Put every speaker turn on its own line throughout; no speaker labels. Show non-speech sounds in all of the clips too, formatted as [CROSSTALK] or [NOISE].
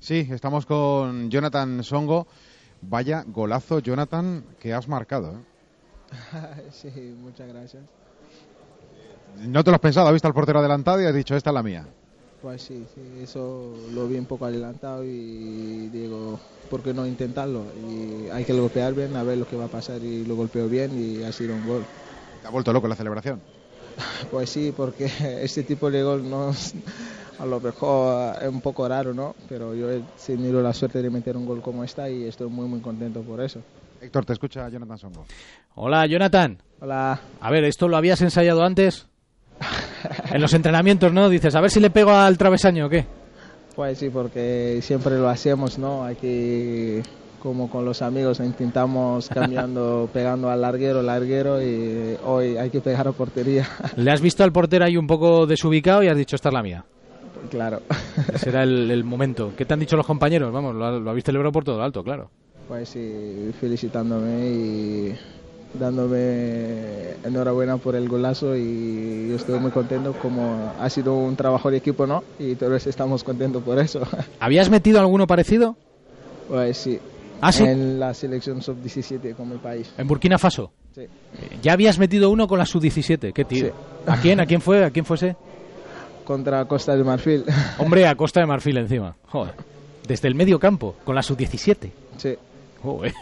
Sí, estamos con Jonathan Songo. Vaya golazo, Jonathan, que has marcado. ¿eh?
[LAUGHS] sí, muchas gracias.
No te lo has pensado, has visto al portero adelantado y has dicho, esta es la mía.
Pues sí, sí, eso lo vi un poco adelantado y digo, ¿por qué no intentarlo? Y hay que golpear bien, a ver lo que va a pasar y lo golpeo bien y ha sido un gol.
Te ha vuelto loco la celebración.
Pues sí, porque [LAUGHS] este tipo de gol no es- a lo mejor es un poco raro, ¿no? Pero yo he tenido la suerte de meter un gol como esta y estoy muy muy contento por eso.
Héctor, te escucha Jonathan Songo.
Hola, Jonathan.
Hola. [LAUGHS]
A ver, ¿esto lo habías ensayado antes? En los entrenamientos, ¿no? Dices, a ver si le pego al travesaño o qué.
Pues sí, porque siempre lo hacemos, ¿no? Aquí, como con los amigos,
[LAUGHS]
intentamos cambiando, pegando al larguero, larguero, y hoy hay que pegar a portería. [LAUGHS]
Le has visto al portero ahí un poco desubicado y has dicho, esta es la mía.
claro. [LAUGHS]
Ese era el, el momento. ¿Qué te han dicho los compañeros? Vamos, lo, ha- lo habéis celebrado por todo lo alto, claro.
Pues sí, felicitándome y dándome enhorabuena por el golazo y yo estoy muy contento como ha sido un trabajo de equipo, ¿no? Y todos estamos contentos por eso. [LAUGHS]
¿Habías metido alguno parecido?
Pues sí.
Ah, sí.
En la selección sub-17 con mi país.
En Burkina Faso.
Sí.
Eh, Ya habías metido uno con la sub-17. ¿Qué tío?
Sí.
¿A quién? ¿A quién fue? ¿A quién fuese?
Contra Costa de Marfil. [LAUGHS]
Hombre, a Costa de Marfil encima. Joder. Desde el medio campo, con la sub-17.
Sí.
Joder.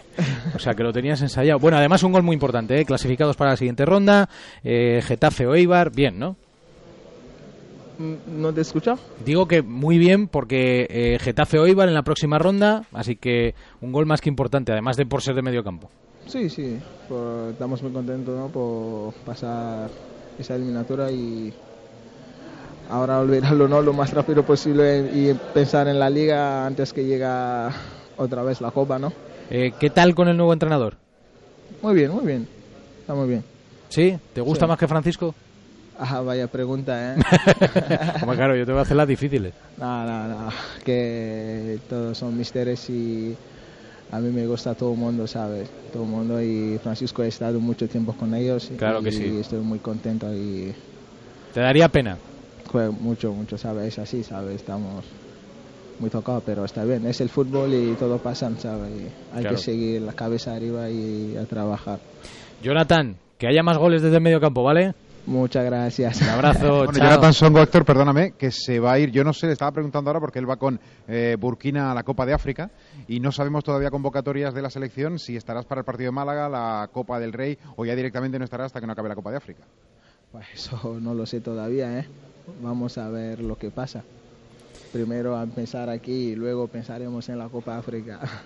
O sea, que lo tenías ensayado. Bueno, además un gol muy importante, ¿eh? Clasificados para la siguiente ronda, eh, Getafe o Eibar, bien, ¿no?
Mm, ¿No te escucha?
Digo que muy bien porque eh, Getafe o Eibar en la próxima ronda, así que un gol más que importante, además de por ser de medio campo.
Sí, sí. por- estamos muy contentos ¿no? por pasar esa eliminatoria y ahora olvidarlo ¿no? lo más rápido posible y pensar en la liga antes que llega otra vez la copa, ¿no?
Eh, ¿Qué tal con el nuevo entrenador?
Muy bien, muy bien. Está muy bien.
¿Sí? ¿Te gusta
Sí.
más que
[LAUGHS]
Francisco?
Ah, vaya pregunta, ¿eh?
[LAUGHS] Hombre, claro, yo te voy a hacer las difíciles.
No, no, no, que todos son misterios y a mí me gusta todo el mundo, ¿sabes? Todo el mundo y Francisco he estado mucho tiempo con ellos
Claro
y
que sí.
estoy muy contento y
Te daría pena.
juega mucho, mucho, ¿sabes? Es así, ¿sabes? Estamos muy tocados, pero está bien, es el fútbol y todo pasa, ¿sabes? Y hay
Claro.
que seguir la cabeza arriba y a trabajar.
Jonathan, que haya más goles desde el medio campo, ¿vale?
Muchas gracias. [LAUGHS]
Un abrazo.
[LAUGHS] Bueno,
chao.
Jonathan Songo, Héctor, perdóname, que se va a ir. Yo no sé, le estaba preguntando ahora porque él va con eh, Burkina a la Copa de África y no sabemos todavía convocatorias de la selección, si estarás para el partido de Málaga, la Copa del Rey o ya directamente no estarás hasta que no acabe la Copa de África.
Pues eso no lo sé todavía, ¿eh? Vamos a ver lo que pasa. Primero a pensar aquí y luego pensaremos en la Copa África. [LAUGHS]